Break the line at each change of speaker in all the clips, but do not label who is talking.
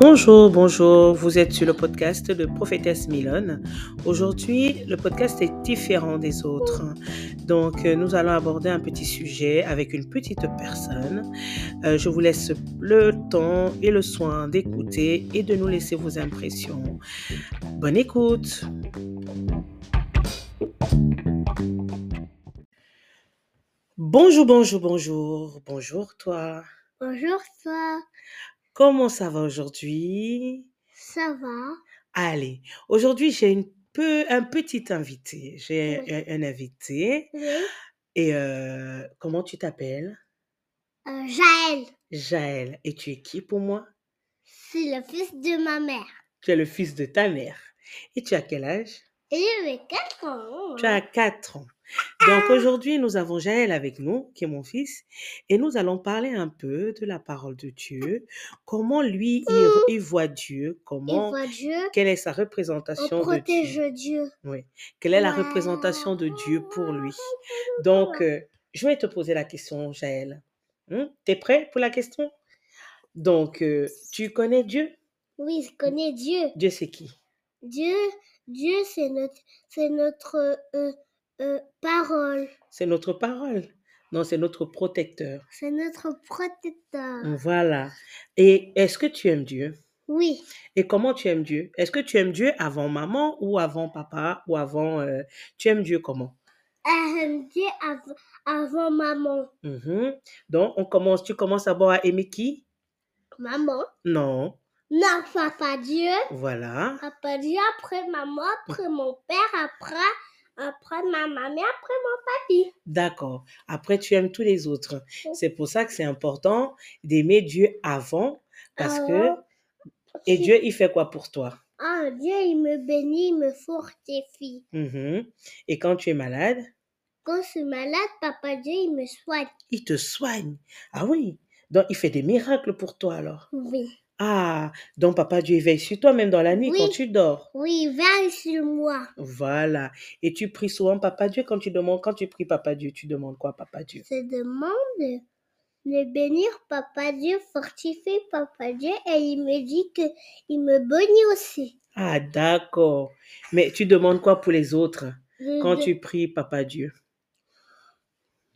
Bonjour, bonjour, vous êtes sur le podcast de Prophétesse Milone. Aujourd'hui, le podcast est différent des autres. Donc, euh, nous allons aborder un petit sujet avec une petite personne. Euh, je vous laisse le temps et le soin d'écouter et de nous laisser vos impressions. Bonne écoute. Bonjour, bonjour, bonjour. Bonjour toi.
Bonjour toi,
Comment ça va aujourd'hui
ça va
Allez, aujourd'hui j'ai une peu, un petit invité. J'ai
Oui.
un, un invité.
Oui.
Et euh, comment tu t'appelles
Euh, Jaël,
Jaël. Et tu es qui pour moi
c'est le fils de ma mère.
Tu es le fils de ta mère. Et tu as quel âge
Et j'ai 4 ans. hein.
Tu as 4 ans.
Ah!
Donc aujourd'hui, nous avons Jaël avec nous, qui est mon fils, et nous allons parler un peu de la parole de Dieu, comment lui, il, il voit Dieu,
Et
comment,
voit Dieu,
quelle est sa
on
représentation de Dieu.
protège Dieu.
Quelle est la
Waouh.
représentation de Dieu pour lui Donc, euh, je vais te poser la question, Jaël. Hum, T'es prêt pour la question Donc, euh, tu connais Dieu
Oui, je connais Dieu.
Dieu, c'est qui
Dieu, Dieu, c'est notre, c'est notre euh, euh, parole.
C'est notre parole. Non, c'est notre protecteur.
C'est notre protecteur.
Mm. Voilà. Et est-ce que tu aimes Dieu
Oui,
Et comment tu aimes Dieu Est-ce que tu aimes Dieu avant maman ou avant papa ou avant... euh, tu aimes Dieu comment
aime Euh, Dieu avant, avant maman.
Mhm. Donc, on commence, tu commences d'abord à aimer qui
Maman.
Non.
Non, papa Dieu.
Voilà.
Après Dieu, après maman, après mon père, après, après ma maman, après mon papy.
D'accord. Après, tu aimes tous les autres. C'est pour ça que c'est important d'aimer Dieu avant, parce que...
Avant.
Et Dieu, il fait quoi pour toi
Ah, Dieu, il me bénit, il me fortifie.
Mhm. Et quand tu es malade,
Quand je suis malade, papa Dieu, il me soigne.
il te soigne. Ah oui. Donc, il fait des miracles pour toi alors.
Oui,
Ah, donc Papa Dieu il veille sur toi même dans la nuit
Oui.
quand tu dors.
oui, il veille sur moi.
Voilà. Et tu pries souvent Papa Dieu quand tu demandes, quand tu pries Papa Dieu, tu demandes quoi Papa Dieu
Je demande de bénir papa Dieu, fortifie papa Dieu, et il me dit que il me bénit aussi.
Ah, d'accord. Mais tu demandes quoi pour les autres
Je,
quand
de-
tu pries Papa Dieu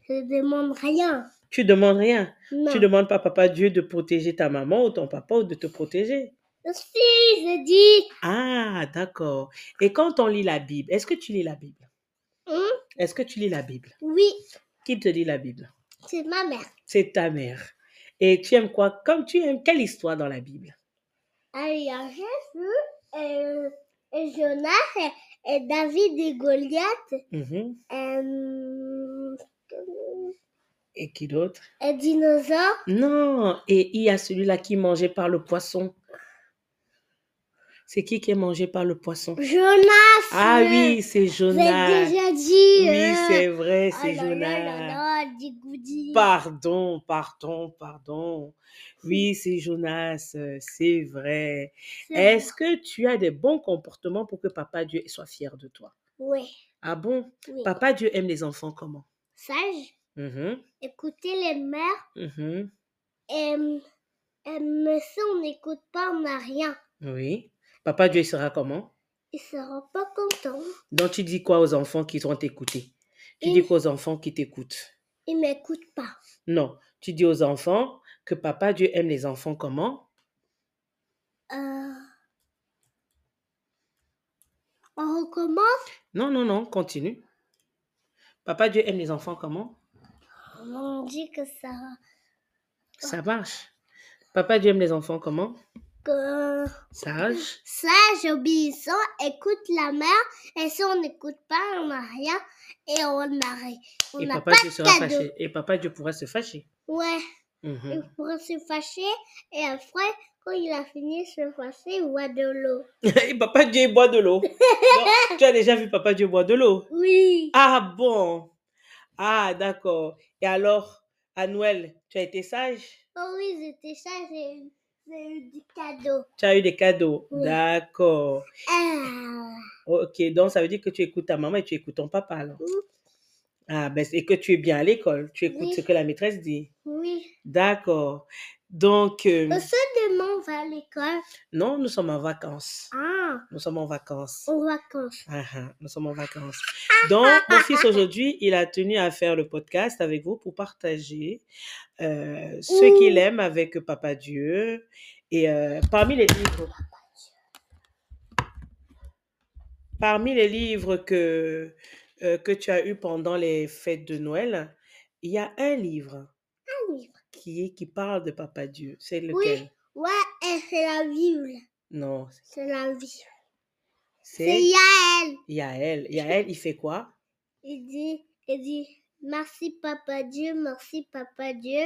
je demande rien.
Tu demandes rien.
Non.
Tu demandes pas Papa Dieu de protéger ta maman ou ton papa ou de te protéger.
Si, je dis,
Ah, d'accord. Et quand on lit la Bible, est-ce que tu lis la Bible
Hum?
Est-ce que tu lis la Bible
oui,
Qui te lit la Bible
c'est ma mère.
C'est ta mère. Et tu aimes quoi Comme tu aimes quelle histoire dans la Bible
Ah, il y a Jésus et, et Jonas et, et David et Goliath
Mhm.
euh,
Et qui d'autre
et dinosaure.
Non, et il y a celui-là qui est mangé par le poisson. C'est qui qui est mangé par le poisson
Jonas.
Ah
euh,
oui, c'est
j'ai
Jonas.
déjà
Oui,
dit. euh,
c'est vrai,
oh
c'est
là là là
Jonas.
là, dis goudi.
Pardon, pardon, pardon. Oui, c'est Jonas, euh, c'est vrai. Est-ce que tu as des bons comportements pour que Papa Dieu soit fier de toi
Oui,
Ah bon
oui.
Papa Dieu aime les enfants comment
Sage,
Mhm,
écouter les mères.
mhm,
Et, et- mais si on n'écoute pas, on n'a rien.
Oui. Papa Dieu il sera comment
Ils seront pas contents.
Donc tu dis quoi aux enfants qui vont t'écouter Tu
Ils
dis quoi aux enfants qui t'écoutent
ils m'écoutent pas.
Non, tu dis aux enfants que Papa Dieu aime les enfants comment
Euh, on recommence
Non, non, non, continue. Papa Dieu aime les enfants comment
On dit que ça.
Ça marche. Papa Dieu aime les enfants comment
Que
Sage.
sage, obéissant, écoute la mère. Et si on n'écoute pas, on n'a rien. Et on n'a rien. On
Et
n'a
Papa
pas
Dieu
de
sera
cadeau.
fâché. Et Papa Dieu pourra se fâcher.
Ouais,
Mhm.
il pourra se fâcher. Et après, quand il a fini de se fâcher, il boit de l'eau.
Et Papa Dieu il boit de l'eau. Non, tu as déjà vu Papa Dieu boire de l'eau
Oui.
Ah bon Ah d'accord. Et alors, à Noël, tu as été sage
Oh oui, j'étais sage, j'ai eu- j'ai eu du cadeau.
Tu as eu des cadeaux
Oui.
D'accord.
Ah.
Ok, donc ça veut dire que tu écoutes ta maman et tu écoutes ton papa alors.
Oui.
Ah ben, et que tu es bien à l'école. Tu écoutes
Oui.
ce que la maîtresse dit.
Oui.
D'accord. Donc, euh,
Au seulement on va à l'école.
non, nous sommes en vacances.
Ah,
Nous sommes en vacances.
en vacances.
Ah, ah, nous sommes en vacances. Donc, mon fils, aujourd'hui, il a tenu à faire le podcast avec vous pour partager euh, ce
Ouh.
qu'il aime avec Papa Dieu. Et euh, parmi les livres... Parmi les livres que, euh, que tu as eu pendant les fêtes de Noël, il y a un livre
Un livre.
qui, est- qui parle de Papa Dieu. C'est lequel
Ouais, et c'est la Bible.
Non,
C'est la Bible. C'est
c'est
Yael.
Yael. Yael, il fait quoi
Il dit, il dit, merci Papa Dieu, merci Papa Dieu,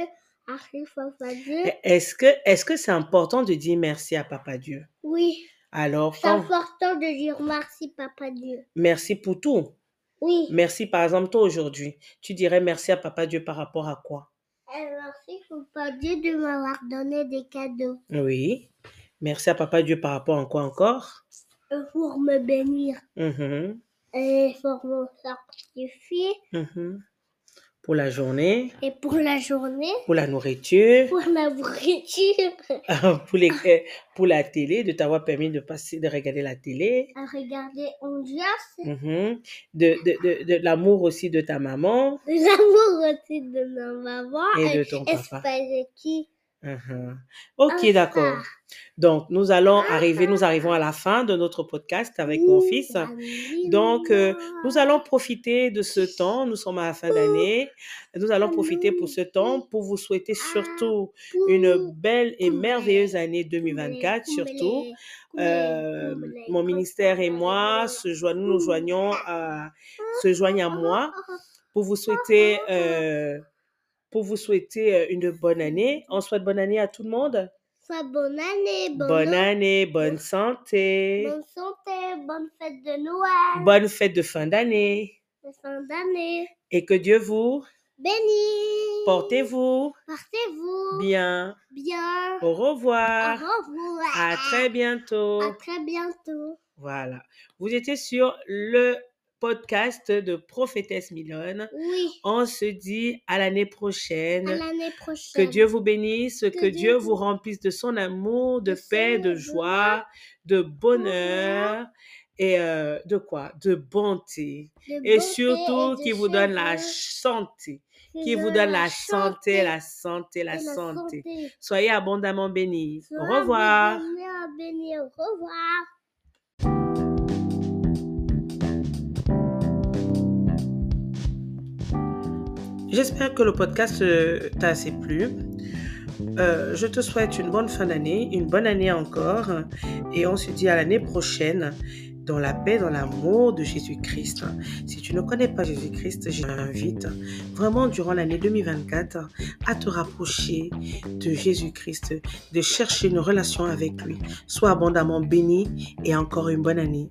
merci Papa Dieu.
Est-ce que est-ce que c'est important de dire merci à Papa Dieu
Oui,
Alors,
c'est
quand-
important de dire merci Papa Dieu.
merci pour tout.
Oui,
Merci, par exemple, toi aujourd'hui. Tu dirais merci à Papa Dieu par rapport à quoi
et merci Papa Dieu de m'avoir donné des cadeaux
Oui. Merci à Papa Dieu par rapport à quoi encore
euh, pour me bénir
Mhm,
et pour me sanctifier
mhm. Pour la journée,
et pour la journée,
pour la nourriture.
pour la nourriture,
pour, les, euh, pour la télé, de t'avoir permis de passer, de regarder la télé.
à regarder Honduras,
Mhm. de, de, de, de l'amour aussi de ta maman.
l'amour aussi de ma maman
Et de ton papa.
Spaghetti.
Mhm. Ok,
Ah.
d'accord. Donc, nous allons
Ah.
arriver, nous arrivons à la fin de notre podcast avec mon
Oui,
fils.
mamie,
Donc, euh,
maman.
nous allons profiter de ce temps. Nous sommes à la fin d'année. Nous allons profiter pour ce temps pour vous souhaiter
Ah,
surtout une belle et merveilleuse année 2024, surtout. Euh, mon ministère et moi se joignent, nous nous joignons
Ah,
à, se joignent à moi pour vous souhaiter,
ah.
euh, pour vous souhaiter euh, une bonne année. On souhaite bonne année à tout le monde.
Soit bonne année, bonne,
Bonne année, bonne santé,
bonne santé, bonne fête de Noël,
bonne fête de fin d'année
bonne fin d'année.
et que Dieu vous
Béni.
portez-vous
Portez-vous
bien.
bien.
Au revoir.
Au revoir.
À très bientôt.
À très bientôt.
Voilà. Vous étiez sur le podcast de Prophétesse Milone.
Oui,
On se dit à l'année prochaine.
à l'année
Que
prochaine.
Dieu vous bénisse, que,
Dieu
Dieu,
vous-
vous remplisse de son amour, de,
de son
paix, de
amour,
joie, de bonheur et euh, de quoi De bonté.
de
Et
bonté
surtout
de
qui vous donne la
cheveux,
santé,
qui
qui vous donne la santé,
la
la santé,
et
la santé.
santé.
Soyez abondamment bénis. Au
Sois
revoir.
abonné, abonné, Au revoir.
J'espère que le podcast euh, t'a assez plu. Euh, je te souhaite une bonne fin d'année, une bonne année encore, et on se dit à l'année prochaine dans la paix, dans l'amour de Jésus-Christ. Si tu ne connais pas Jésus-Christ, je t'invite vraiment durant l'année 2024 à te rapprocher de Jésus-Christ, de chercher une relation avec lui. Sois abondamment béni et encore une bonne année.